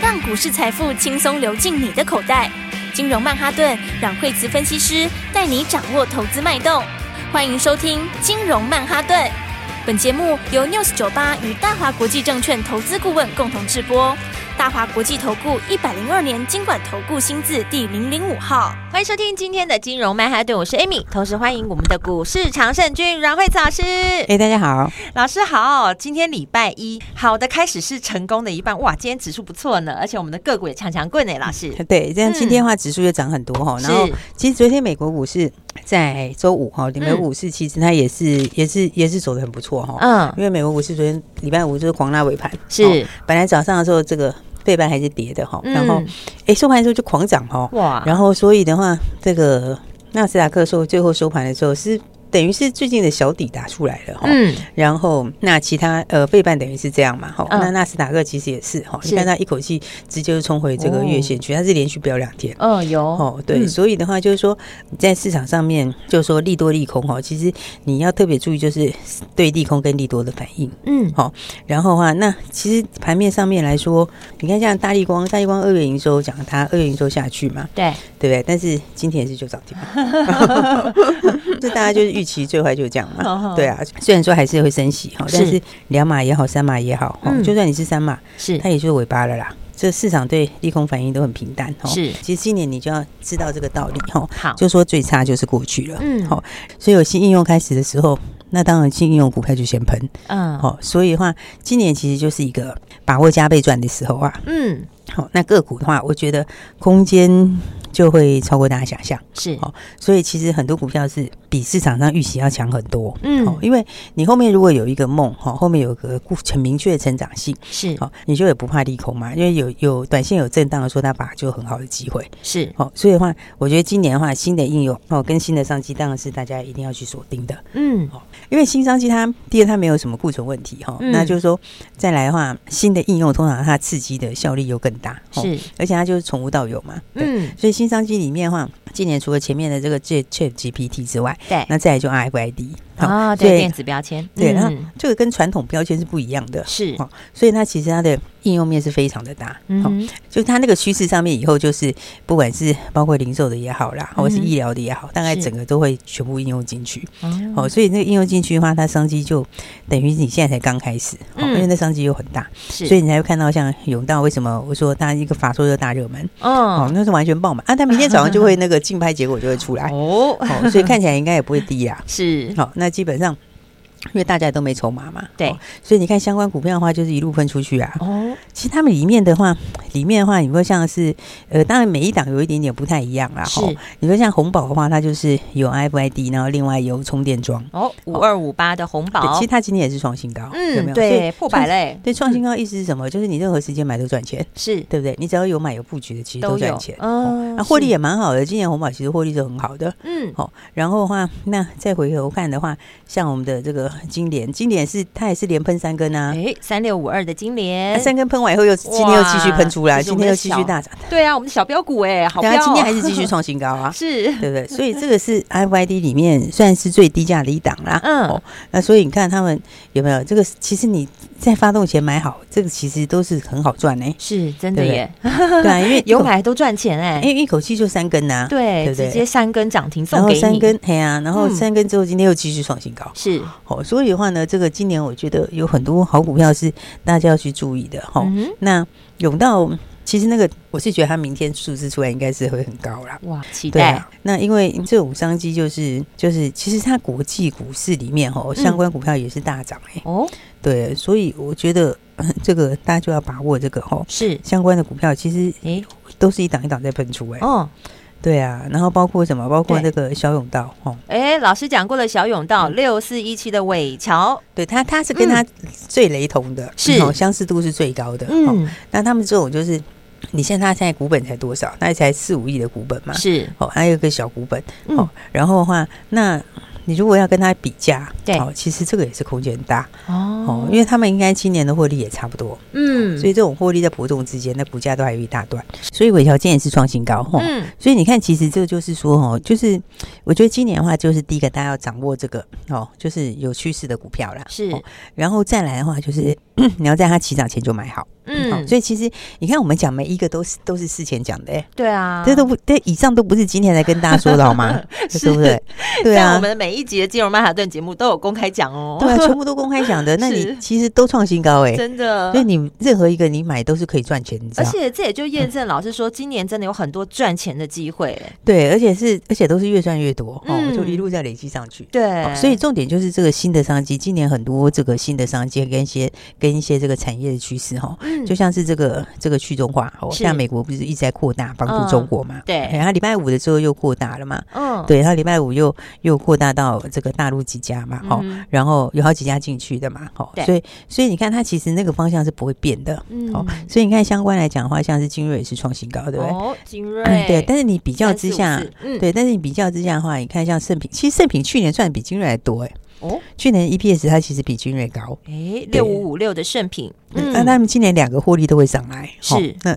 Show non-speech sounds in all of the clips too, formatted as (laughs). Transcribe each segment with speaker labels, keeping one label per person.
Speaker 1: 让股市财富轻松流进你的口袋。金融曼哈顿让惠慈分析师带你掌握投资脉动。欢迎收听《金融曼哈顿》，本节目由 News 九八与大华国际证券投资顾问共同制播。大华国际投顾一百零二年经管投顾新字第零零五号。
Speaker 2: 欢迎收听今天的金融曼哈顿，我是 Amy，同时欢迎我们的股市常胜军阮慧慈老师。
Speaker 3: 哎、大家好，
Speaker 2: 老师好，今天礼拜一，好的开始是成功的一半，哇，今天指数不错呢，而且我们的个股也强强棍呢，老师。
Speaker 3: 对，这样今天的话指数就涨很多哈、然
Speaker 2: 嗯
Speaker 3: 后
Speaker 2: 是
Speaker 3: 其实昨天美国股市在周五哈，美国股市其实它也是、也是也是走的很不错哈、
Speaker 2: 嗯，
Speaker 3: 因为美国股市昨天礼拜五就是狂拉尾盘，
Speaker 2: 是
Speaker 3: 哦本来早上的时候这个背盘还是跌的哈、
Speaker 2: 嗯
Speaker 3: 然后哎收盘的时候就狂涨哈、
Speaker 2: 哇，
Speaker 3: 然后所以的话，这个纳斯达克收最后收盘的时候是等于是最近的小底打出来了哈、
Speaker 2: 嗯，
Speaker 3: 然后那其他呃费半等于是这样嘛，哈、
Speaker 2: 嗯
Speaker 3: 那纳斯达克其实也是哈，
Speaker 2: 是
Speaker 3: 你看它一口气直接就冲回这个月线区，它是连续飙两天。
Speaker 2: 哦，有，
Speaker 3: 哦，对，所以的话就是说，你在市场上面就是说利多利空哦，其实你要特别注意就是对利空跟利多的反应。
Speaker 2: 嗯，
Speaker 3: 然后啊，那其实盘面上面来说，你看像大力光，大力光二月营收讲它二月营收下去嘛，
Speaker 2: 对，
Speaker 3: 对不对？但是今天也是就涨停板，
Speaker 2: (laughs)
Speaker 3: 这大家就是预期最坏就是这样
Speaker 2: 好好
Speaker 3: 嘛。对啊，虽然说还是会升息哈，
Speaker 2: 哦是
Speaker 3: 但是两码也好，三码也好，哦
Speaker 2: 嗯
Speaker 3: 就算你是三码，
Speaker 2: 是
Speaker 3: 它也就是尾巴了啦。这市场对利空反应都很平淡哦
Speaker 2: 是
Speaker 3: 其实今年你就要知道这个道理哈，
Speaker 2: 好，
Speaker 3: 就说最差就是过去了，
Speaker 2: 嗯
Speaker 3: 好，所以有新应用开始的时候，那当然新应用股票就先喷，
Speaker 2: 嗯，
Speaker 3: 好，所以的话，今年其实就是一个把握加倍赚的时候啊，
Speaker 2: 嗯，
Speaker 3: 好、那个股的话，我觉得空间就会超过大家想象，
Speaker 2: 是，
Speaker 3: 好所以其实很多股票是比市场上预期要强很多。
Speaker 2: 嗯
Speaker 3: 哦，因为你后面如果有一个梦，哈、后面有个固很明确的成长性，
Speaker 2: 是，
Speaker 3: 好、哦你就也不怕利空嘛，因为有有短线有震荡的时候，它把就很好的机会，
Speaker 2: 是，
Speaker 3: 好、所以的话，我觉得今年的话，新的应用哦跟新的商机，当然是大家一定要去锁定的，
Speaker 2: 嗯，
Speaker 3: 因为新商机它第二它没有什么库存问题哈、
Speaker 2: 嗯
Speaker 3: 那就是说再来的话，新的应用通常它刺激的效力又更大，哦
Speaker 2: 是，
Speaker 3: 而且它就是从无到有嘛。对，
Speaker 2: 嗯，
Speaker 3: 所以新商机里面的话，今年除了前面的这个 Chat Chat GPT 之外，
Speaker 2: 对，
Speaker 3: 那再来就 RFID
Speaker 2: 啊，
Speaker 3: 哦所
Speaker 2: 对，
Speaker 3: 以
Speaker 2: 电子标签，
Speaker 3: 对，那
Speaker 2: 嗯
Speaker 3: 这个跟传统标签是不一样的，
Speaker 2: 是，
Speaker 3: 哦所以它其实它的应用面是非常的大。哦
Speaker 2: 嗯
Speaker 3: 好，
Speaker 2: 哼，
Speaker 3: 就它那个趋势上面以后，就是不管是包括零售的也好啦，或
Speaker 2: 嗯
Speaker 3: 是
Speaker 2: 哼
Speaker 3: 医疗的也好，大概
Speaker 2: 是
Speaker 3: 整个都会全部应用进去。
Speaker 2: 哦，
Speaker 3: 哦，所以那个应用进去的话，它商机就等于你现在才刚开始，哦
Speaker 2: 嗯
Speaker 3: 因为那商机又很大，
Speaker 2: 是，
Speaker 3: 所以你才会看到像永道为什么我说它一个法说就大热门，哦
Speaker 2: 嗯，，
Speaker 3: 那是完全爆满啊！但明天早上就会那个竞拍结果就会出来，
Speaker 2: (laughs) 哦，
Speaker 3: 哦，所以看起来应该也不会低啦。
Speaker 2: 是，
Speaker 3: 好、那基本上因为大家都没筹码嘛，
Speaker 2: 对
Speaker 3: 哦所以你看相关股票的话，就是一路分出去啊。
Speaker 2: 哦，
Speaker 3: 其实他们里面的话，里面的话，你会像是呃，当然每一档有一点点不太一样啦。
Speaker 2: 是
Speaker 3: 哦，你说像红宝的话，它就是有 FID，然后另外有充电桩。
Speaker 2: 哦，五二五八的红
Speaker 3: 对，
Speaker 2: 宝
Speaker 3: 其实，它今天也是创新高，有没
Speaker 2: 嗯，
Speaker 3: 有？所
Speaker 2: 对
Speaker 3: 以，
Speaker 2: 破百嗯
Speaker 3: 创。
Speaker 2: 嘞，
Speaker 3: 对，创新高意思是什么？就是你任何时间买都赚钱，
Speaker 2: 是
Speaker 3: 对不对？你只要有买有布局的，其实都
Speaker 2: 有
Speaker 3: 赚钱，。
Speaker 2: 嗯
Speaker 3: 啊，获利
Speaker 2: 是
Speaker 3: 也蛮好的，今年红宝其实获利是很好的。
Speaker 2: 嗯
Speaker 3: 哦，然后的话，那再回头看的话，像我们的这个金莲，金莲是它也是连喷三根啊，
Speaker 2: 哎，三六五二的金
Speaker 3: 那
Speaker 2: 莲，
Speaker 3: 三根喷完以后又今天又继续喷出
Speaker 2: 哎哇
Speaker 3: 来，
Speaker 2: 这是我们
Speaker 3: 今
Speaker 2: 的
Speaker 3: 天又继续大涨，
Speaker 2: 对啊，我们的小标股哎，好
Speaker 3: 然
Speaker 2: 标哦，，
Speaker 3: 后啊今天还是继续创新高
Speaker 2: (laughs)
Speaker 3: 啊 (laughs)
Speaker 2: 是，
Speaker 3: 对不对？所以这个是 FYD 里面算是最低价的一档啦。
Speaker 2: 嗯
Speaker 3: 哦，那所以你看他们有没有这个？其实你在发动前买好，这个其实都是很好赚
Speaker 2: (laughs)
Speaker 3: 呢、
Speaker 2: 是真的
Speaker 3: 对不对
Speaker 2: 耶，
Speaker 3: 对啊，因为
Speaker 2: 有，买都赚钱
Speaker 3: 因
Speaker 2: 哎，
Speaker 3: 为一口气就三根呐、
Speaker 2: 对，
Speaker 3: 对不对
Speaker 2: 直接三根涨停送
Speaker 3: 然后
Speaker 2: 给你，
Speaker 3: 三根，哎呀、然后
Speaker 2: 嗯
Speaker 3: 三根之后，今天又继续创新高。
Speaker 2: 是，
Speaker 3: 哦，所以的话呢，这个今年我觉得有很多好股票是大家要去注意的哈、哦。
Speaker 2: 嗯哼，
Speaker 3: 那永道其实那个，我是觉得它明天数字出来应该是会很高啦。
Speaker 2: 哇，期
Speaker 3: 对
Speaker 2: 待
Speaker 3: 啊，那因为这种商机就是就是，其实它国际股市里面哦，
Speaker 2: 嗯
Speaker 3: 相关股票也是大涨哎、
Speaker 2: 哦，
Speaker 3: 对，所以我觉得 (laughs) 嗯这个大家就要把握这个哦，
Speaker 2: 是，
Speaker 3: 相关的股票其实
Speaker 2: 哎，
Speaker 3: 都是一档一档在喷出哎、
Speaker 2: 哦，
Speaker 3: 对啊，然后包括什么，包括
Speaker 2: 对
Speaker 3: 那个小永道哦，
Speaker 2: 哎，老师讲过了，小甬
Speaker 3: 嗯
Speaker 2: 道六四一七的尾桥，
Speaker 3: 对它它是跟它最雷同的，
Speaker 2: 是
Speaker 3: 哦相似度嗯是最高的，哦，
Speaker 2: 嗯，
Speaker 3: 那他们这种就是。你现在它现在股本才多少？那才四五亿的股本嘛，
Speaker 2: 是，
Speaker 3: 哦，还有一个小股本，
Speaker 2: 嗯
Speaker 3: 哦，然后的话，那你如果要跟他比价，
Speaker 2: 对
Speaker 3: 哦，其实这个也是空间大哦
Speaker 2: 哦，
Speaker 3: 因为他们应该今年的获利也差不多，
Speaker 2: 嗯，
Speaker 3: 所以这种获利在波动之间，那股价都还有一大段，所以尾条今也是创新高哦。
Speaker 2: 嗯，
Speaker 3: 所以你看，其实这个就是说，哦，就是我觉得今年的话，就是第一个大家要掌握这个哦，就是有趋势的股票啦，
Speaker 2: 是
Speaker 3: (coughs) 哦然后再来的话，就是你要在它起涨前就买好，好、
Speaker 2: 嗯，
Speaker 3: 所以其实你看，我们讲每一个都是都是事前讲的、欸，
Speaker 2: 对啊，
Speaker 3: 这都不，这以上都不是今天来跟大家说的
Speaker 2: (laughs)
Speaker 3: 好吗？对不对？对
Speaker 2: 像
Speaker 3: 啊
Speaker 2: 我，们每一集的金融曼哈顿节目都有公开讲哦，
Speaker 3: 对
Speaker 2: (laughs)
Speaker 3: 啊，全部都公开讲的，那你
Speaker 2: 是
Speaker 3: 其实都创新高哎、欸，
Speaker 2: 真的
Speaker 3: 所以。你任何一个你买都是可以赚钱，你知
Speaker 2: 而
Speaker 3: 道？
Speaker 2: 且这也就验证老师说，今年真的有很多赚钱的机会。
Speaker 3: 对，而且是而且都是越赚越多哦，
Speaker 2: 嗯
Speaker 3: 就一路在累积上去。
Speaker 2: 对
Speaker 3: 好，所以重点就是这个新的商机，今年很多这个新的商机跟一些跟一些这个产业的趋势哈，
Speaker 2: 嗯
Speaker 3: 就像是这个这个去中化，哦，
Speaker 2: 是
Speaker 3: 像美国不是一直在扩大帮
Speaker 2: 嗯
Speaker 3: 助中国嘛？
Speaker 2: 对
Speaker 3: 然后礼拜五的时候又扩大了嘛？
Speaker 2: 嗯，
Speaker 3: 对，然后礼拜五又又扩大到这个大陆几家嘛？哦，
Speaker 2: 嗯
Speaker 3: 然后有好几家进去的嘛？哦
Speaker 2: 对，
Speaker 3: 所以所以你看它其实那个方向是不会变的。
Speaker 2: 嗯
Speaker 3: 哦，所以你看相关来讲的话，像是精锐也是创新高，对不对？
Speaker 2: 哦，精锐
Speaker 3: 嗯对，但是你比较之下，，
Speaker 2: 三四五四嗯，
Speaker 3: 对，但是你比较之下的话，你看像盛品，其实盛品去年赚比精锐还多哎、
Speaker 2: 哦，
Speaker 3: 去年 EPS 它其实比精锐高，
Speaker 2: 哎，
Speaker 3: 对
Speaker 2: 六五五六的圣品，
Speaker 3: 嗯，那、他们今年两个获利都会上来，齁
Speaker 2: 是
Speaker 3: 那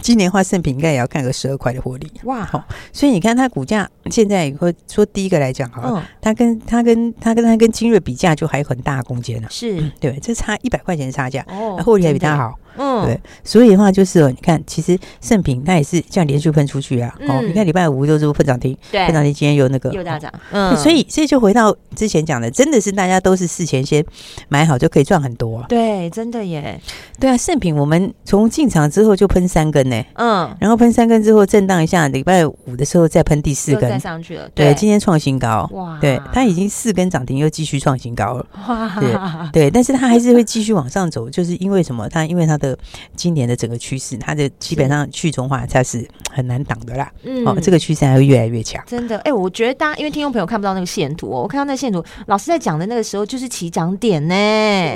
Speaker 3: 今年的话，盛品应该也要看个十二块的获利，
Speaker 2: 哇，
Speaker 3: 好所以你看它股价现在也会说第一个来讲好了，
Speaker 2: 嗯，
Speaker 3: 它跟它跟它跟它跟精锐比价就还有很大的空间呢、
Speaker 2: 是
Speaker 3: 对，这差一百块钱的差价，
Speaker 2: 哦
Speaker 3: 获利还比它，好。
Speaker 2: 真的嗯，
Speaker 3: 对，所以的话就是哦，你看，其实盛品它也是这样连续喷出去啊。哦，
Speaker 2: 嗯
Speaker 3: 你看礼拜五都是喷涨停，
Speaker 2: 对
Speaker 3: 喷涨停今天有那个
Speaker 2: 又大涨，
Speaker 3: 哦
Speaker 2: 嗯
Speaker 3: 所以这就回到之前讲的，真的是大家都是事前先买好就可以赚很多啊。
Speaker 2: 对，真的耶，
Speaker 3: 对啊，盛品我们从进场之后就喷三根呢、
Speaker 2: 嗯，
Speaker 3: 然后喷三根之后震荡一下，礼拜五的时候再喷第四
Speaker 2: 又再
Speaker 3: 根。
Speaker 2: 上去了，
Speaker 3: 对，今天创新高，
Speaker 2: 哇，
Speaker 3: 对，它已经四根涨停又继续创新高了。
Speaker 2: (laughs) 哇，
Speaker 3: (laughs) 对，但是它还是会继续往上走，就是因为什么？它因为它的今年的整个趋势，它的基本上去中化它是很难挡的啦。
Speaker 2: 嗯
Speaker 3: 哦，这个趋势还会越来越强。
Speaker 2: 真的，哎、我觉得大家因为听众朋友看不到那个线图哦，我看到那个线图，老师在讲的那个时候就是起涨点呢、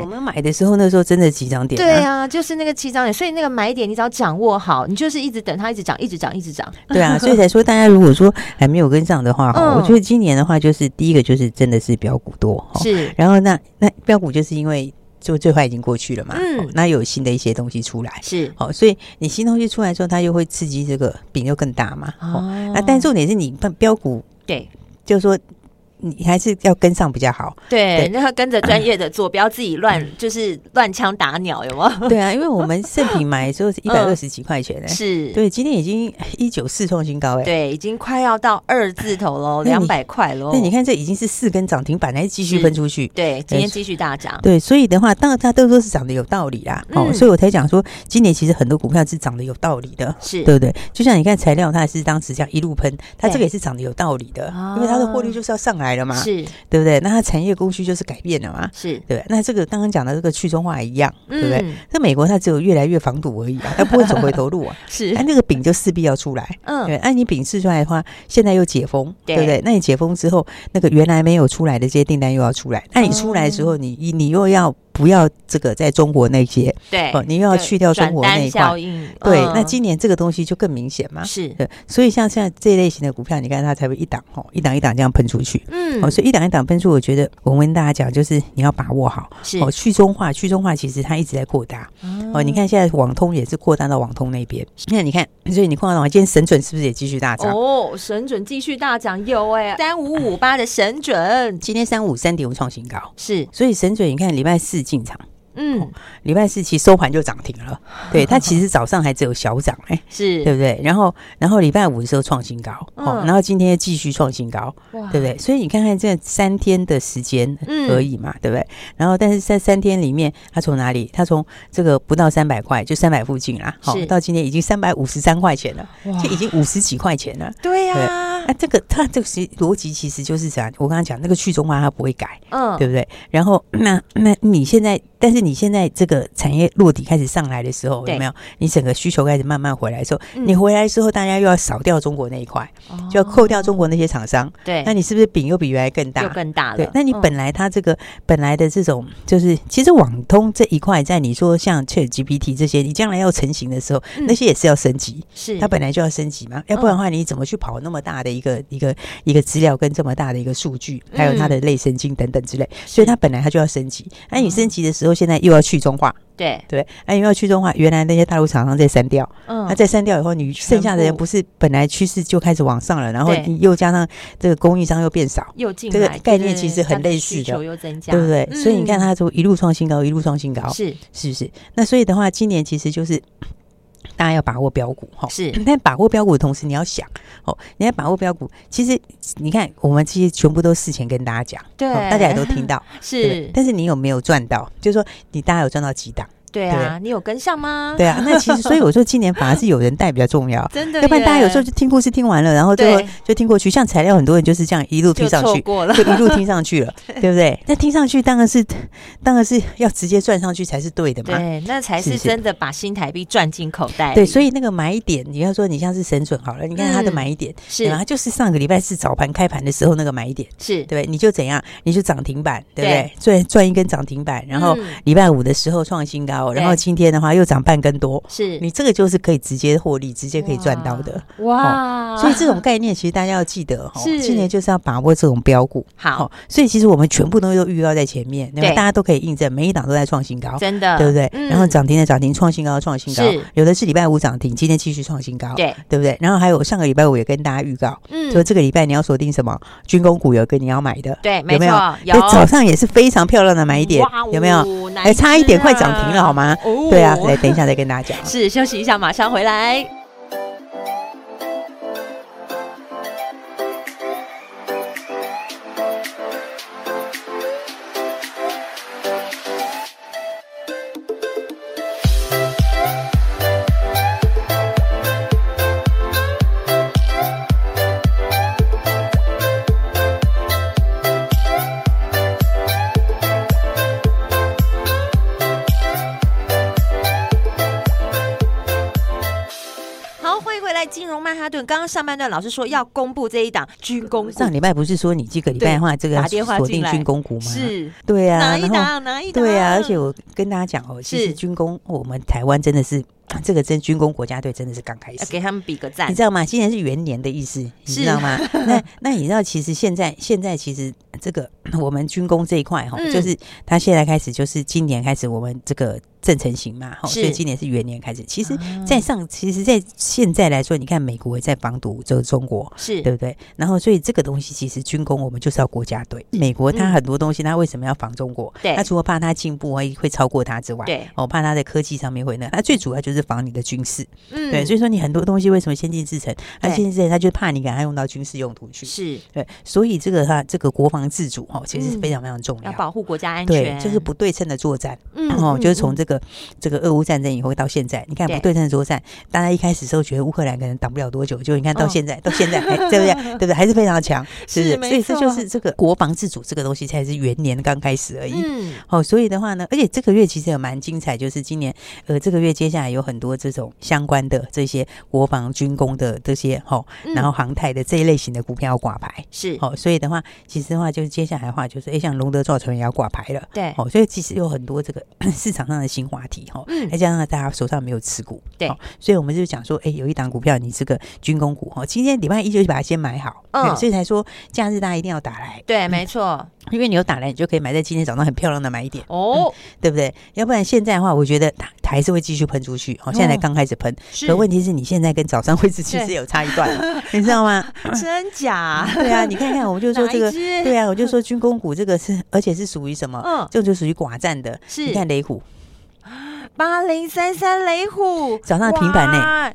Speaker 3: 我们啊买的时候那时候真的几涨点、
Speaker 2: 哎对啊，就是那个起涨点，所以那个买点你只要掌握好，你就是一直等它一直涨，一直涨，一直涨。
Speaker 3: 对啊，所以才说大家如果说还没有跟上的话，哈、
Speaker 2: 嗯
Speaker 3: 我觉得今年的话就是第一个就是真的是标股多，哈
Speaker 2: 是，
Speaker 3: 然后那那标股就是因为就最坏已经过去了嘛，
Speaker 2: 嗯
Speaker 3: 哦那有新的一些东西出来，
Speaker 2: 是
Speaker 3: 好、所以你新东西出来之后，它又会刺激这个饼又更大嘛，
Speaker 2: 哦
Speaker 3: 哦，那、但重点是你看标股，
Speaker 2: 对
Speaker 3: 就是说你还是要跟上比
Speaker 2: (laughs)
Speaker 3: 较好，
Speaker 2: 对
Speaker 3: 对，
Speaker 2: 那要跟着专业的做，不要自己乱就是乱枪打鸟，有吗？
Speaker 3: 对啊，因为我们盛品买的时候是一百二十几块钱
Speaker 2: (laughs)
Speaker 3: 哎、
Speaker 2: 是，
Speaker 3: 对，今天已经一九四创新高哎、
Speaker 2: 对，哦已经快要到二字头喽，
Speaker 3: 那
Speaker 2: 两
Speaker 3: 你
Speaker 2: 百块喽。
Speaker 3: 那你，看这已经是四根涨停板，还是继续
Speaker 2: 是
Speaker 3: 分出去，
Speaker 2: 对，今天继续大涨，
Speaker 3: 对，所以的话，当然它都说是涨得有道理啦，
Speaker 2: 嗯
Speaker 3: 哦，所以我才讲说，今年其实很多股票是涨得有道理的。
Speaker 2: 是
Speaker 3: 对不对？就像你看材料，它也是当时这样一路喷，它
Speaker 2: 对
Speaker 3: 这个也是涨得有道理的
Speaker 2: 啊，
Speaker 3: 因为它的获利就是要上来了嘛，
Speaker 2: 是
Speaker 3: 对不对？那它产业供需就是改变了嘛，
Speaker 2: 是，
Speaker 3: 对不对？那这个刚刚讲的这个去中化也一样，对不对？
Speaker 2: 嗯，
Speaker 3: 那美国它只有越来越防堵而已啊，它不会走回头路啊，
Speaker 2: (laughs)
Speaker 3: 那
Speaker 2: 是，
Speaker 3: 那个饼就势必要出来，
Speaker 2: 嗯，
Speaker 3: 对，那你饼试出来的话，现在又解封，
Speaker 2: 对
Speaker 3: 对不对？那你解封之后，那个原来没有出来的这些订单又要出来，那你出来的时候，
Speaker 2: 嗯
Speaker 3: 你你你又要不要这个在中国那些
Speaker 2: 对
Speaker 3: 哦，，你又要
Speaker 2: 对
Speaker 3: 去掉中
Speaker 2: 转
Speaker 3: 国
Speaker 2: 单
Speaker 3: 那一
Speaker 2: 效
Speaker 3: 块，
Speaker 2: 应，
Speaker 3: 对，
Speaker 2: 嗯
Speaker 3: 那今年这个东西就更明显嘛。
Speaker 2: 是，
Speaker 3: 对，所以像现在这类型的股票，你看它才会一档哦，一档一档这样喷出去。
Speaker 2: 嗯
Speaker 3: 哦，所以一档一档喷出，我觉得我跟大家讲，就是你要把握好
Speaker 2: 是
Speaker 3: 哦。去中化，去中化其实它一直在扩大哦。你看现在网通也是扩大到网通那边，那你看，所以你看到网今天神准是不是也继续大涨？
Speaker 2: 哦，神准继续大涨，有
Speaker 3: (laughs)
Speaker 2: 哎、三五五八的神准
Speaker 3: 今天三五三点五创新高，
Speaker 2: 是，
Speaker 3: 所以神准你看礼拜四进场，
Speaker 2: 嗯，
Speaker 3: 礼拜四其实收盘就涨停了，
Speaker 2: (laughs)
Speaker 3: 对它其实早上还只有小涨哎、
Speaker 2: 是，
Speaker 3: 对不对？然后然后礼拜五的时候创新高，哦，
Speaker 2: 嗯
Speaker 3: 然后今天又继续创新高，
Speaker 2: 哇
Speaker 3: 对不对？所以你看看这三天的时间
Speaker 2: 嗯
Speaker 3: 而已嘛，对不对？然后但是在三天里面，它从哪里？它从这个不到三百块，就三百附近啦，好、
Speaker 2: 是
Speaker 3: 到今天已经三百五十三块钱了，
Speaker 2: 哇
Speaker 3: 就已经五十几块钱了。
Speaker 2: 对呀、
Speaker 3: 啊，这个它这个其实逻辑其实就是啥？我刚刚讲那个去中化它不会改，
Speaker 2: 嗯，
Speaker 3: 哎对不对？然后那那你现在，但是你现在这个产业落地开始上来的时候，
Speaker 2: 对
Speaker 3: 有没有？你整个需求开始慢慢回来的时候，
Speaker 2: 嗯
Speaker 3: 你回来之后，大家又要少掉中国那一块，
Speaker 2: 哦
Speaker 3: 就要扣掉中国那些厂商，
Speaker 2: 对，
Speaker 3: 那你是不是饼又比原来更
Speaker 2: 哦又
Speaker 3: 大？
Speaker 2: 更大了，
Speaker 3: 对，那你
Speaker 2: 嗯
Speaker 3: 本来它这个、本来的这种，就是其实网通这一块，在你说像 Chat GPT 这些，你将来要成型的时候，
Speaker 2: 嗯
Speaker 3: 那些也是要升级，
Speaker 2: 是嗯
Speaker 3: 它本来就要升级嘛，要不然的话，你怎么去跑那么大的一一个一个一个资料跟这么大的一个数据，
Speaker 2: 嗯
Speaker 3: 还有它的类神经等等之类，所以它本来它就要升级。那你升级的时候，现在又要去中化，
Speaker 2: 对，
Speaker 3: 对，那又要去中化，原来那些大陆厂商再删掉，
Speaker 2: 嗯
Speaker 3: 那再删掉以后，你剩下的人
Speaker 2: 部
Speaker 3: 不是本来趋势就开始往上了，然后
Speaker 2: 对
Speaker 3: 你又加上这个供应商又变少，
Speaker 2: 又进
Speaker 3: 这个
Speaker 2: 来
Speaker 3: 概
Speaker 2: 就
Speaker 3: 念
Speaker 2: 是
Speaker 3: 其实
Speaker 2: 它
Speaker 3: 很类似
Speaker 2: 需
Speaker 3: 的
Speaker 2: 求又增加，
Speaker 3: 对不对？所以你看
Speaker 2: 嗯
Speaker 3: 它就一路创新高，一路创新高，
Speaker 2: 是
Speaker 3: 是不是？那所以的话，今年其实就是大家要把握标股哈。
Speaker 2: 是
Speaker 3: 但把握标股的同时，你要想哦，你要把握标股。其实你看，我们这些全部都事前跟大家讲，
Speaker 2: 对
Speaker 3: 哦大家也都听到，对不对
Speaker 2: 是，
Speaker 3: 但是你有没有赚到？就是说，你大家有赚到几档？
Speaker 2: 对
Speaker 3: 对
Speaker 2: 啊，你有跟上吗？。
Speaker 3: 对啊，那其实所以我说，今年反而是有人带比较重要
Speaker 2: 真的耶，
Speaker 3: 要不然大家有时候就听故事听完了，然后最后
Speaker 2: 对
Speaker 3: 就听过去，像材料很多人就是这样一路听
Speaker 2: 就
Speaker 3: 上
Speaker 2: 错
Speaker 3: 去，
Speaker 2: 过了，
Speaker 3: 就一路听
Speaker 2: (laughs)
Speaker 3: 上去了，对不对？那听上去当然是，当然是要直接赚上去才是对的嘛。
Speaker 2: 对，那才
Speaker 3: 啊是
Speaker 2: 是
Speaker 3: 是
Speaker 2: 真的把新台币赚进口袋里。
Speaker 3: 对，所以那个买点，你要说你像是神准好了，你看它的
Speaker 2: 嗯
Speaker 3: 买点，
Speaker 2: 是
Speaker 3: 然后就是上个礼拜四早盘开盘的时候那个买点，
Speaker 2: 是，
Speaker 3: 对不对？你就怎样，你就涨停板，对不
Speaker 2: 对
Speaker 3: 对？赚赚一根涨停板，然后
Speaker 2: 嗯
Speaker 3: 礼拜五的时候创新高，然后
Speaker 2: 对
Speaker 3: 今天的话又涨半根多，
Speaker 2: 是
Speaker 3: 你这个就是可以直接获利，直接可以赚到的。
Speaker 2: 哇，哇
Speaker 3: 哦所以这种概念其实大家要记得哦，
Speaker 2: 啊 (laughs) 是
Speaker 3: 今年就是要把握这种标股。
Speaker 2: 好
Speaker 3: 哦所以其实我们全部东西都预告在前面，那么
Speaker 2: 对
Speaker 3: 大家都可以印证，每一档都在创新高，
Speaker 2: 真的
Speaker 3: 对不对？
Speaker 2: 嗯
Speaker 3: 然后涨停的涨停，创新高创新高
Speaker 2: 是，
Speaker 3: 有的是礼拜五涨停，今天继续创新高，
Speaker 2: 对，
Speaker 3: 不对？然后还有上个礼拜我也跟大家预告，
Speaker 2: 嗯
Speaker 3: 说这个礼拜你要锁定什么军工股，有一个你要买的，
Speaker 2: 对，没
Speaker 3: 有没有
Speaker 2: 错，有
Speaker 3: 在早上也是非常漂亮的买点，有没有？？
Speaker 2: 哇哦
Speaker 3: 哎，差一点快涨停了，好？吗
Speaker 2: 难？吃哦，
Speaker 3: 对啊，来等一下再跟大家讲。
Speaker 2: (laughs) 是休息一下，马上回来。好，欢迎回来，金融曼哈顿。刚刚上半段老师说要公布这一档军工股
Speaker 3: 上礼拜不是说你这个礼拜的话，这个
Speaker 2: 打电话
Speaker 3: 锁
Speaker 2: 进
Speaker 3: 定
Speaker 2: 来
Speaker 3: 军工股吗？，
Speaker 2: 是
Speaker 3: 对啊，
Speaker 2: 哪一
Speaker 3: 然后
Speaker 2: 档？哪一档？
Speaker 3: 对啊，而且我跟大家讲哦，其
Speaker 2: 是
Speaker 3: 实军工，我们台湾真的是啊这个真军工国家队真的是刚开始
Speaker 2: 呃。给他们比个赞
Speaker 3: 你，知道吗？今年是元年的意思，你
Speaker 2: 是
Speaker 3: 知
Speaker 2: (laughs)
Speaker 3: 道吗？那那你知道，其实现在现在其实这个 (coughs) 我们军工这一块哈，
Speaker 2: 嗯
Speaker 3: 就是它现在开始就是今年开始我们这个正成型嘛，哈，
Speaker 2: 是啊
Speaker 3: 所以今年是元年开始。其实，在上其实，在现在来说，你看美国也在防堵这个中国，
Speaker 2: 是
Speaker 3: 对不对？然后所以这个东西其实军工我们就是要国家队。美国它
Speaker 2: 嗯
Speaker 3: 很多东西，它为什么要防中国？
Speaker 2: 对
Speaker 3: 它除了怕它进步会会超过它之外，
Speaker 2: 对
Speaker 3: 哦，怕它的科技上面会那，它最主要就是防你的军事。
Speaker 2: 嗯
Speaker 3: 对，所以说你很多东西为什么先进制程？它
Speaker 2: 对
Speaker 3: 先进制程，它就怕你赶快用到军事用途去。
Speaker 2: 是
Speaker 3: 对，所以这个它这个国防自主哦，其实是非常非常重要。
Speaker 2: 嗯要保护国家安
Speaker 3: 对
Speaker 2: 全，，
Speaker 3: 就是不对称的作战，
Speaker 2: 嗯
Speaker 3: 哦，
Speaker 2: 嗯
Speaker 3: 就是从
Speaker 2: 嗯
Speaker 3: 这个这个俄乌战争以后到现在，你看
Speaker 2: 对
Speaker 3: 不对称的作战，大家一开始时候觉得乌克兰可能挡不了多久，就你看到
Speaker 2: 嗯
Speaker 3: 现在、到现在，哎，对
Speaker 2: (laughs)
Speaker 3: 不对？对不对？还是非常强，是不
Speaker 2: 是
Speaker 3: 是？
Speaker 2: 没
Speaker 3: 所以这
Speaker 2: 错
Speaker 3: 就是这个国防自主这个东西才是元年刚开始而已。
Speaker 2: 嗯
Speaker 3: 哦，所以的话呢，而且这个月其实也蛮精彩，就是今年呃，这个月接下来有很多这种相关的这些国防军工的这些哦，
Speaker 2: 嗯
Speaker 3: 然后航太的这一类型的股票要挂牌。
Speaker 2: 是
Speaker 3: 哦，所以的话，其实的话，就是接下来的话，就是诶，像龙德造船也要挂牌了。
Speaker 2: 对
Speaker 3: 哦，所以其实有很多这个市场上的新话题哈，
Speaker 2: 嗯
Speaker 3: 再加上大家手上没有持股，哦
Speaker 2: 对
Speaker 3: 所以我们就讲说，哎、有一档股票，你这个军工股哈，今天礼拜一就把它先买好，
Speaker 2: 嗯
Speaker 3: 嗯，所以才说假日大家一定要打来，
Speaker 2: 对，没错
Speaker 3: 因为你有打来，你就可以买在今天早上很漂亮的买点，
Speaker 2: 哦，
Speaker 3: 对不对？要不然现在的话，我觉得它它还是会继续喷出去，哦，现在才
Speaker 2: 哦
Speaker 3: 刚开始喷，
Speaker 2: 是
Speaker 3: 可问题是你现在跟早上位置其实有差一段了， (laughs) 你知道吗？
Speaker 2: (laughs) 真假？
Speaker 3: 对啊，你看看，我们就说
Speaker 2: 哪
Speaker 3: 这
Speaker 2: 一
Speaker 3: 个，
Speaker 2: 只
Speaker 3: 对啊，我就说军工股这个是，而且是属于什么？
Speaker 2: 嗯
Speaker 3: 这就属于寡占的。
Speaker 2: 是
Speaker 3: 你看雷虎
Speaker 2: 八零三三雷虎
Speaker 3: 早上平盘呢
Speaker 2: 呢，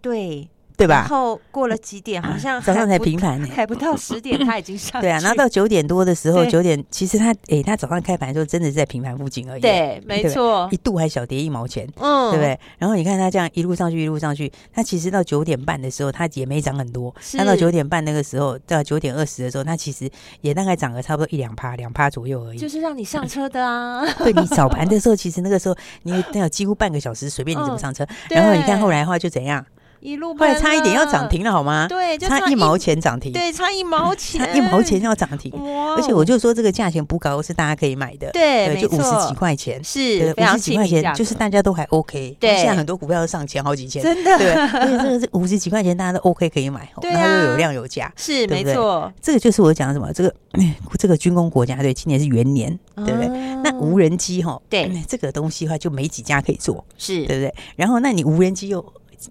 Speaker 2: 对
Speaker 3: 对
Speaker 2: 然
Speaker 3: 吧？啊
Speaker 2: 后过了几点，好像
Speaker 3: 早上
Speaker 2: 还
Speaker 3: 才
Speaker 2: 不 (laughs)
Speaker 3: 平盘呢、
Speaker 2: 还不到十
Speaker 3: (laughs)
Speaker 2: 点，它已经上
Speaker 3: 对啊，
Speaker 2: 去
Speaker 3: 然后到九点多的时候，
Speaker 2: 对
Speaker 3: 九点其实它诶，它早上开盘的时候真的是在平盘附近而已，
Speaker 2: 对，没
Speaker 3: 对
Speaker 2: 错
Speaker 3: 一，度还小跌一毛钱，
Speaker 2: 嗯
Speaker 3: 对不？对？然后你看它这样一路上去，一路上去，它其实到九点半的时候，它也没涨很多。它到
Speaker 2: 是
Speaker 3: 九点半那个时候，到九点二十的时候，它其实也大概涨了差不多一两趴，两趴左右而已
Speaker 2: 就。是让你上车的
Speaker 3: (laughs)
Speaker 2: 啊，
Speaker 3: 对你早盘的时候，其实那个时候你那有几乎半个小时，随便你怎么
Speaker 2: 嗯
Speaker 3: 上车。
Speaker 2: 对
Speaker 3: 然后你看后来的话就怎样，
Speaker 2: 一路
Speaker 3: 后
Speaker 2: 快
Speaker 3: 来差一点要涨，停了，好吗？
Speaker 2: 对，就
Speaker 3: 差一毛，钱涨停，
Speaker 2: 对，差一毛
Speaker 3: 差
Speaker 2: 钱，
Speaker 3: 一毛钱，要涨停。
Speaker 2: 哇哦，
Speaker 3: 而且我就说这个价钱不高，是大家可以买的，
Speaker 2: 对没
Speaker 3: 就五
Speaker 2: 错
Speaker 3: 十几块钱，
Speaker 2: 是非
Speaker 3: 五
Speaker 2: 常
Speaker 3: 十几
Speaker 2: 亲
Speaker 3: 块
Speaker 2: 民
Speaker 3: 钱
Speaker 2: 价，
Speaker 3: 就是大家都还 OK。
Speaker 2: 对
Speaker 3: 现在很多股票都上千好几千，
Speaker 2: 真 (laughs) 的
Speaker 3: 对，而 (laughs) 且这个是五十几块钱，大家都 OK 可以买，哦
Speaker 2: 对
Speaker 3: 然后
Speaker 2: 啊
Speaker 3: 又有量有价。
Speaker 2: 是没
Speaker 3: 对不对
Speaker 2: 错，
Speaker 3: 这个就是我讲的什么，这个哎这个军工国家队今年是元年，对不对？
Speaker 2: 啊
Speaker 3: 那无人机哈，
Speaker 2: 对
Speaker 3: 嗯这个东西的话就没几家可以做，
Speaker 2: 是
Speaker 3: 对不对？然后那你无人机又。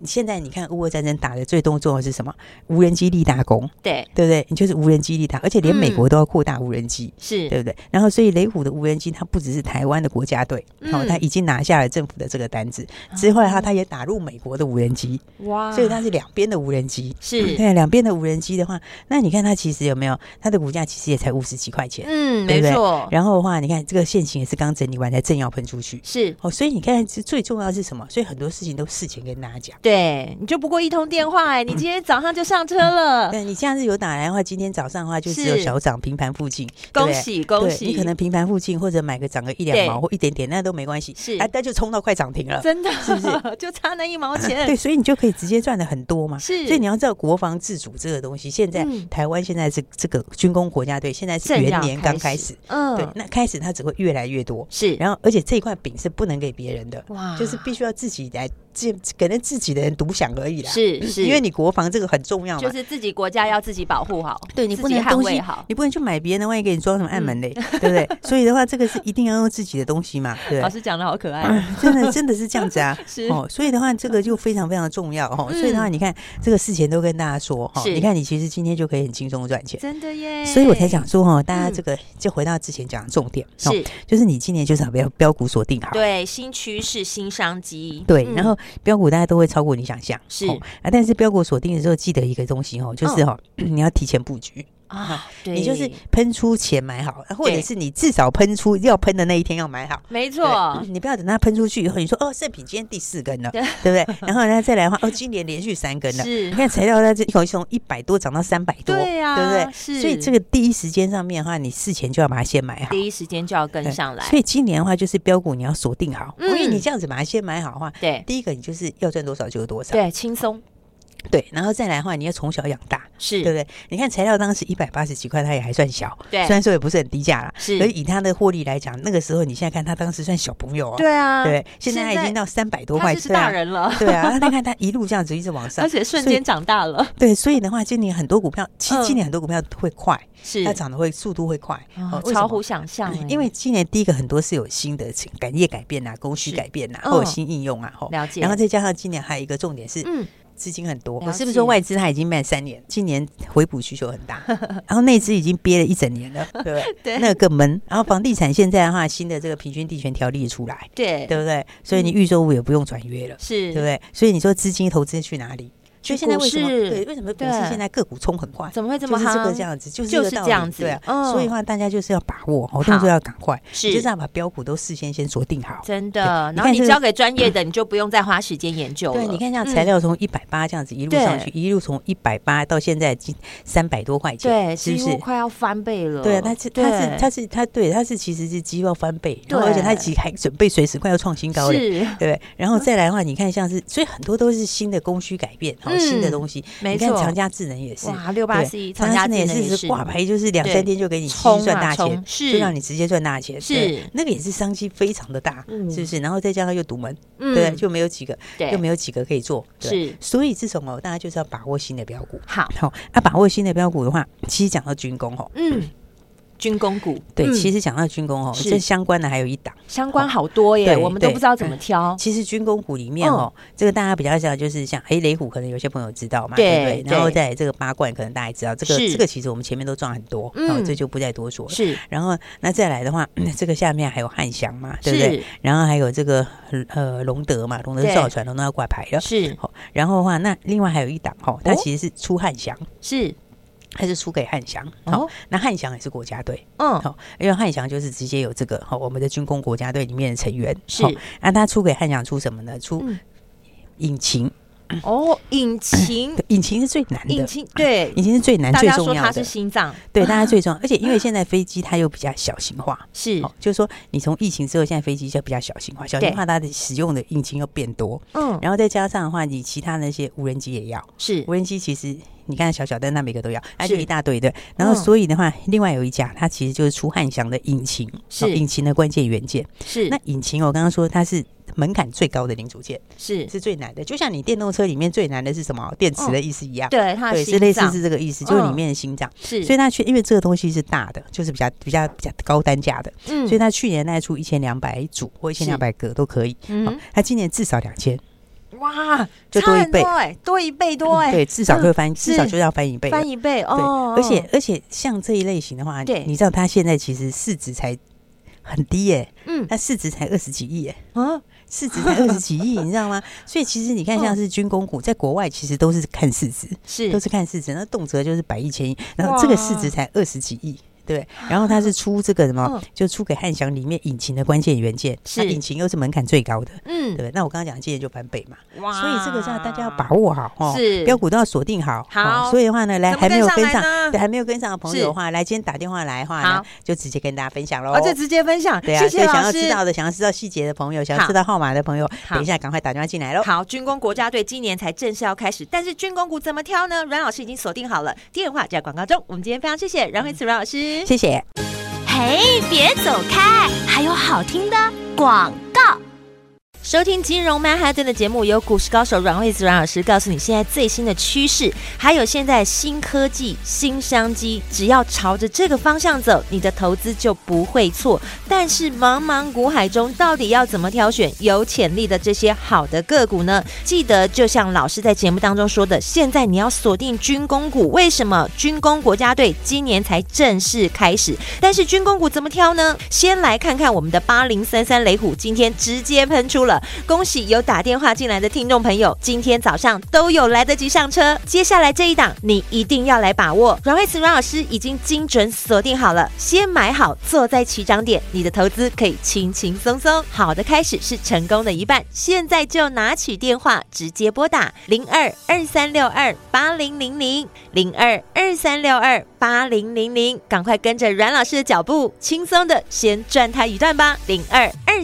Speaker 3: 现在你看，乌俄战争打的最动作的是什么？无人机立大功，
Speaker 2: 对
Speaker 3: 对不对？你就是无人机立大，而且连美
Speaker 2: 嗯
Speaker 3: 国都要扩大无人机，
Speaker 2: 是
Speaker 3: 对不对？然后，所以雷虎的无人机，它不只是台湾的国家队，
Speaker 2: 嗯哦
Speaker 3: 好、它已经拿下了政府的这个单子。之后来它它也打入美国的无人机，
Speaker 2: 哇
Speaker 3: 所以它是两边的无人机。
Speaker 2: 是
Speaker 3: (laughs) 对，两边的无人机的话，那你看它其实有没有它的股价其实也才五十几块钱，
Speaker 2: 嗯嗯
Speaker 3: 对
Speaker 2: 没
Speaker 3: 不对
Speaker 2: 错
Speaker 3: 然后的话，你看这个现行也是刚整理完才正要喷出去。
Speaker 2: 是。
Speaker 3: 哦，所以你看，这最重要的是什么？所以很多事情都事前跟大家讲。
Speaker 2: 对，你就不过一通电话哎、
Speaker 3: (laughs)
Speaker 2: 你今天早上就上车了，
Speaker 3: 但你假日有打来的话，今天早上的话就只有
Speaker 2: 嗯是
Speaker 3: 小涨平盘附近，对不
Speaker 2: 恭
Speaker 3: 对
Speaker 2: 喜恭
Speaker 3: 对
Speaker 2: 喜！
Speaker 3: 你可能平盘附近或者买个涨个一两
Speaker 2: 对
Speaker 3: 毛或一点点，那都没关系。
Speaker 2: 是
Speaker 3: 哎，那就冲到快涨停了。
Speaker 2: (laughs) 真的
Speaker 3: 是不
Speaker 2: (laughs) 就差那一毛钱，
Speaker 3: (laughs) 对，所以你就可以直接赚的很多嘛。
Speaker 2: 是
Speaker 3: 所以你要知道国防自主这个东西，现在、
Speaker 2: 嗯
Speaker 3: 台湾现在是这个军工国家队，现在是
Speaker 2: 正
Speaker 3: 元
Speaker 2: 要
Speaker 3: 年刚开始，，对
Speaker 2: 嗯，，
Speaker 3: 那开始它只会越来越多。
Speaker 2: 是
Speaker 3: 然后，而且这一块饼是不能给别人的，
Speaker 2: 哇
Speaker 3: 就是必须要自己来，自可能自己的人独享而已啦。，
Speaker 2: 是是，
Speaker 3: 因为你国防这个很重要嘛。
Speaker 2: 就是自己国家要自己保护好，
Speaker 3: 对你
Speaker 2: 自
Speaker 3: 不
Speaker 2: 己
Speaker 3: 能
Speaker 2: 捍
Speaker 3: 东
Speaker 2: 卫
Speaker 3: 西
Speaker 2: 好，。嗯
Speaker 3: 你不能去买别人的万一给你装什么暗门嘞，对不对？所以的话，这个是一定要用自己的东西嘛，对不
Speaker 2: 老
Speaker 3: 对。
Speaker 2: 师讲的好可爱哦，
Speaker 3: 嗯 (laughs) 真的真的是这样子啊
Speaker 2: (laughs) 是，
Speaker 3: 哦，所以的话，这个就非常非常重要哦。
Speaker 2: 嗯
Speaker 3: 所以的话，你看这个事前都跟大家说哈、哦，
Speaker 2: 是
Speaker 3: 你看你其实今天就可以很轻松地赚钱，
Speaker 2: 真的耶！
Speaker 3: 所以我才讲说哈、哦，大家
Speaker 2: 嗯
Speaker 3: 这个就回到之前讲的重点，哦，
Speaker 2: 是
Speaker 3: 就是你今年就是要标标股锁定好，
Speaker 2: 对新趋势、新商机，
Speaker 3: 对，
Speaker 2: 嗯
Speaker 3: 然后标股大家都会超过你想象，
Speaker 2: 是
Speaker 3: 哦啊，但是标股锁定的时候，记得一个东西哦，就是哦， (clears throat) 你要提前布局，
Speaker 2: 啊，对，
Speaker 3: 你就是喷出前买好，或者
Speaker 2: 对
Speaker 3: 是你至少喷出要喷的那一天要买好。
Speaker 2: 没
Speaker 3: 对
Speaker 2: 错，
Speaker 3: 你不要等它喷出去以后，你说哦，盛品今天第四根了，
Speaker 2: 哦对
Speaker 3: 对不对？ (laughs) 然后呢再来的话，哦，今年连续三根了。
Speaker 2: 是
Speaker 3: 你看材料它这一口从一百多涨到三百多，
Speaker 2: 对呀
Speaker 3: 对不对？
Speaker 2: 是
Speaker 3: 所以这个第一时间上面的话，你事前就要把它先买好。
Speaker 2: 第一时间就要跟
Speaker 3: 对
Speaker 2: 上来
Speaker 3: 所，以今年的话，就是标股你要锁定好，
Speaker 2: 嗯
Speaker 3: 因为你这样子把它先买好的话，
Speaker 2: 对
Speaker 3: 第一个你就是要赚多少就有多少，
Speaker 2: 对，轻松
Speaker 3: 对然后再来的话，你要从小养大，对
Speaker 2: 是，
Speaker 3: 不对？你看材料当时一百八十几块，它也还算小，
Speaker 2: 对
Speaker 3: 虽然说也不是很低价啦，
Speaker 2: 是
Speaker 3: 可以以它的获利来讲，那个时候你现在看它当时算小朋友哦，
Speaker 2: 对啊，
Speaker 3: 对，现在
Speaker 2: 现
Speaker 3: 它已
Speaker 2: 在
Speaker 3: 经到三百多
Speaker 2: 他
Speaker 3: 块，
Speaker 2: 就是大人了，
Speaker 3: (laughs) 对啊，对啊，那你看它一路这样子一直往
Speaker 2: (laughs)
Speaker 3: 上
Speaker 2: 而，且瞬
Speaker 3: 所以
Speaker 2: 间长大
Speaker 3: (laughs)
Speaker 2: 了，
Speaker 3: 对，所以的话，今年很多股票，其
Speaker 2: 嗯
Speaker 3: 实今年很多股票会快，
Speaker 2: 是
Speaker 3: 它涨的会速度会快，
Speaker 2: 啊
Speaker 3: 哦为什
Speaker 2: 超
Speaker 3: 么
Speaker 2: 乎想象
Speaker 3: 嗯
Speaker 2: 欸，
Speaker 3: 因为今年第一个很多是有新的情感业改变啊，供需
Speaker 2: 是
Speaker 3: 改变啊，
Speaker 2: 嗯
Speaker 3: 或者新应用啊，吼
Speaker 2: 了解
Speaker 3: 然后再加上今年还有一个重点是，
Speaker 2: 嗯
Speaker 3: 资金很多。
Speaker 2: 了
Speaker 3: 我是不是
Speaker 2: 解
Speaker 3: 说外资它已经卖三年，今年回补需求很
Speaker 2: (laughs)
Speaker 3: 大，然后内资已经憋了一整年了，对不对？
Speaker 2: 对
Speaker 3: 那个闷。然后房地产现在的话，新的这个平均地权条例也出来，
Speaker 2: 对
Speaker 3: 对不对？所以你预售物也不用转约了，
Speaker 2: 嗯是
Speaker 3: 对不对？所以你说资金投资去哪里？所以现在为什么
Speaker 2: 股市
Speaker 3: 对为什么股
Speaker 2: 对
Speaker 3: 市现在个股冲很快？
Speaker 2: 怎么会这
Speaker 3: 就
Speaker 2: 么
Speaker 3: 是这个
Speaker 2: 夯？
Speaker 3: 这样子，就是
Speaker 2: 就
Speaker 3: 个
Speaker 2: 是
Speaker 3: 道
Speaker 2: 这样
Speaker 3: 理
Speaker 2: 子
Speaker 3: 对啊，
Speaker 2: 嗯
Speaker 3: 所以的话大家就是要把握，哦，动
Speaker 2: 好
Speaker 3: 作要赶快，
Speaker 2: 是
Speaker 3: 你就是要把标股都事先先锁定好。
Speaker 2: 真
Speaker 3: 对
Speaker 2: 的。然
Speaker 3: 你
Speaker 2: 后
Speaker 3: 看
Speaker 2: 你
Speaker 3: 这个
Speaker 2: 交给专业的，你就不用再花时间研究了。
Speaker 3: 对，你看像
Speaker 2: 嗯
Speaker 3: 材，料从一百八这样子一路上去，一路从一百八到现在三百多块钱，
Speaker 2: 对，
Speaker 3: 是不
Speaker 2: 几乎
Speaker 3: 是？
Speaker 2: 快要翻倍了。
Speaker 3: 对啊，它是它是
Speaker 2: 对
Speaker 3: 它是它对它是其实是肌肉翻倍，然后
Speaker 2: 对
Speaker 3: 而且它其实还准备随时快要创新高嘞。
Speaker 2: (laughs) 是
Speaker 3: 对，然后再来的话，你看像是，所以很多都是新的供需改变，好、
Speaker 2: 嗯
Speaker 3: 新的东西。
Speaker 2: 没
Speaker 3: 你看
Speaker 2: 错
Speaker 3: 长嘉智能也是，
Speaker 2: 哇，六八
Speaker 3: 对，
Speaker 2: 四一，
Speaker 3: 长
Speaker 2: 长
Speaker 3: 嘉
Speaker 2: 嘉
Speaker 3: 智能也
Speaker 2: 智能
Speaker 3: 是
Speaker 2: 也
Speaker 3: 是
Speaker 2: 是
Speaker 3: 挂牌，就是两
Speaker 2: 对
Speaker 3: 三天就给你继续
Speaker 2: 冲
Speaker 3: 赚
Speaker 2: 啊
Speaker 3: 大
Speaker 2: 冲
Speaker 3: 钱，
Speaker 2: 是
Speaker 3: 就让你直接赚大钱。对
Speaker 2: 是
Speaker 3: 那个也是商机非常的大，
Speaker 2: 嗯
Speaker 3: 是不是？然后再加上又独门，
Speaker 2: 嗯
Speaker 3: 对，就没有几个，
Speaker 2: 对
Speaker 3: 又没有几个可以做，对
Speaker 2: 是
Speaker 3: 所以这种哦，大家就是要把握新的标股。
Speaker 2: 好，
Speaker 3: 好、那、把握新的标股的话，其实讲到军工哦，
Speaker 2: 嗯，军工股
Speaker 3: 对，
Speaker 2: 嗯
Speaker 3: 其实讲到军工哦，
Speaker 2: 是
Speaker 3: 这相关的还有一档。
Speaker 2: 相关好多耶，
Speaker 3: 对
Speaker 2: 我们都
Speaker 3: 对
Speaker 2: 不知道怎么挑。
Speaker 3: 其实军工股里
Speaker 2: 嗯
Speaker 3: 面哦，这个大家比较像就是像哎雷虎，可能有些朋友知道嘛，
Speaker 2: 对
Speaker 3: 对不
Speaker 2: 对
Speaker 3: 对？然后再来这个八冠，可能大家也知道，这个
Speaker 2: 是
Speaker 3: 这个其实我们前面都赚很多，
Speaker 2: 嗯
Speaker 3: 哦，这就不再多说了。
Speaker 2: 是
Speaker 3: 然后那再来的话， (clears throat) 这个下面还有汉翔嘛，对不对？
Speaker 2: 是
Speaker 3: 然后还有这个呃龙德嘛，龙德
Speaker 2: 对
Speaker 3: 是造船，龙德要挂牌了。
Speaker 2: 是
Speaker 3: 好，然后的话，那另外还有一档哦，它
Speaker 2: 哦
Speaker 3: 其实是出汉翔，
Speaker 2: 是，
Speaker 3: 它是出给汉翔。好、
Speaker 2: 哦，
Speaker 3: 那汉翔也是国家队，
Speaker 2: 嗯，
Speaker 3: 好、哦因为汉翔就是直接有这个哦好、我们的军工国家队里面的成员。哦
Speaker 2: 是
Speaker 3: 好那、他出给汉翔出什么呢？出
Speaker 2: 嗯
Speaker 3: 引擎。
Speaker 2: 哦，引擎，
Speaker 3: 对引擎是最难的，
Speaker 2: 引擎，对，
Speaker 3: 引擎是最难
Speaker 2: 大
Speaker 3: 最
Speaker 2: 家
Speaker 3: 重
Speaker 2: 说
Speaker 3: 要
Speaker 2: 它
Speaker 3: 的
Speaker 2: 是。心脏， (laughs)
Speaker 3: 对，大家最重要，而且因为现在飞机它又比较小型化，
Speaker 2: 是，
Speaker 3: 哦，就是说你从疫情之后，现在飞机就比较小型化，小型化它的使用的引擎又变多，
Speaker 2: 嗯，
Speaker 3: 然后再加上的话，你其他那些无人机也要，
Speaker 2: 是
Speaker 3: 无人机其实你看小小的，那每个都要，而且
Speaker 2: 是
Speaker 3: 一大堆的。然后
Speaker 2: 嗯
Speaker 3: 所以的话，另外有一架，它其实就是出汉翔的引擎，
Speaker 2: 是
Speaker 3: 哦引擎的关键元件。
Speaker 2: 是，
Speaker 3: 那引擎我刚刚说它是门槛最高的零组件，
Speaker 2: 是，哦
Speaker 3: 是最难的。就像你电动车里面最难的是什么？电池的意思一样。
Speaker 2: 对，它的
Speaker 3: 对，
Speaker 2: 心
Speaker 3: 是类似
Speaker 2: 脏
Speaker 3: 是这个意思，就是里
Speaker 2: 嗯
Speaker 3: 面的心脏，
Speaker 2: 是，
Speaker 3: 所以它去，因为这个东西是大的，就是比较比较比较高单价的，
Speaker 2: 嗯
Speaker 3: 所以它去年卖出一千两百组或一
Speaker 2: 是
Speaker 3: 千两百个都可以，
Speaker 2: 嗯
Speaker 3: 好
Speaker 2: 哼，
Speaker 3: 它今年至少两千，
Speaker 2: 哇，
Speaker 3: 就
Speaker 2: 差
Speaker 3: 多一
Speaker 2: 很
Speaker 3: 倍嗯
Speaker 2: 多哎，多一倍多哎，
Speaker 3: 对，至少会翻，至少
Speaker 2: 是
Speaker 3: 就要翻一倍了，
Speaker 2: 翻一倍
Speaker 3: 对，
Speaker 2: 哦，
Speaker 3: 而且
Speaker 2: 哦
Speaker 3: 而且像这一类型的话，
Speaker 2: 对
Speaker 3: 你知道它现在其实市值才很低耶，
Speaker 2: 嗯
Speaker 3: 它市值才二十几亿耶，
Speaker 2: 嗯，
Speaker 3: 市值才二十几亿，你知
Speaker 2: (laughs)
Speaker 3: 道吗？所以其实你看，像是军工股，在国外其实都是看市值，
Speaker 2: 是
Speaker 3: 都是看市值，那动辄就是百亿、千亿，然后这个市值才二十几亿。对，然后它是出这个什么
Speaker 2: 嗯，
Speaker 3: 就出给汉翔里面引擎的关键元件，
Speaker 2: 是
Speaker 3: 那引擎又是门槛最高的，
Speaker 2: 嗯，
Speaker 3: 对。那我刚刚讲今年就翻倍嘛，
Speaker 2: 哇
Speaker 3: 所以这个是要大家要把握好哦，
Speaker 2: 是
Speaker 3: 标股都要锁定好。
Speaker 2: 好
Speaker 3: 哦所以的话呢，来
Speaker 2: 怎么
Speaker 3: 还没有
Speaker 2: 跟上
Speaker 3: 跟上
Speaker 2: 来呢，
Speaker 3: 对，还没有跟上的朋
Speaker 2: 是
Speaker 3: 友的话，来今天打电话来的话
Speaker 2: 好哦
Speaker 3: 呢，就直接跟大家分享喽
Speaker 2: 而。且直接分享，
Speaker 3: 对啊，
Speaker 2: 谢
Speaker 3: 所以
Speaker 2: 谢
Speaker 3: 想
Speaker 2: 老
Speaker 3: 要
Speaker 2: 师
Speaker 3: 知。道的、想要知道细节的朋友，想
Speaker 2: 好
Speaker 3: 要知道号码的朋友，
Speaker 2: 好
Speaker 3: 等一下赶快打电话进来喽。
Speaker 2: 好，军工国家队今年才正式要开始，但是军工股怎么挑呢？阮老师已经锁定好了，电话在广告中。我们今天非常谢谢阮慧慈阮老师，
Speaker 3: 谢谢。
Speaker 1: 嘿，别走开，还有好听的广告。
Speaker 2: 收听金融曼哈顿的节目，由股市高手阮慧慈阮老师告诉你现在最新的趋势，还有现在新科技、新商机，只要朝着这个方向走，你的投资就不会错。但是茫茫股海中，到底要怎么挑选有潜力的这些好的个股呢？记得，就像老师在节目当中说的，现在你要锁定军工股。为什么军工国家队今年才正式开始？但是军工股怎么挑呢？先来看看我们的八零三三雷虎，今天直接喷出了，恭喜有打电话进来的听众朋友，今天早上都有来得及上车。接下来这一档，你一定要来把握。阮慧慈阮老师已经精准锁定好了，先买好，坐在起涨点，你的投资可以轻轻松松。好的开始是成功的一半，现在就拿起电话直接拨打零二二三六二八零零零零二二三六二八零零零，赶快跟着阮老师的脚步，轻松的先赚它一段吧。零二二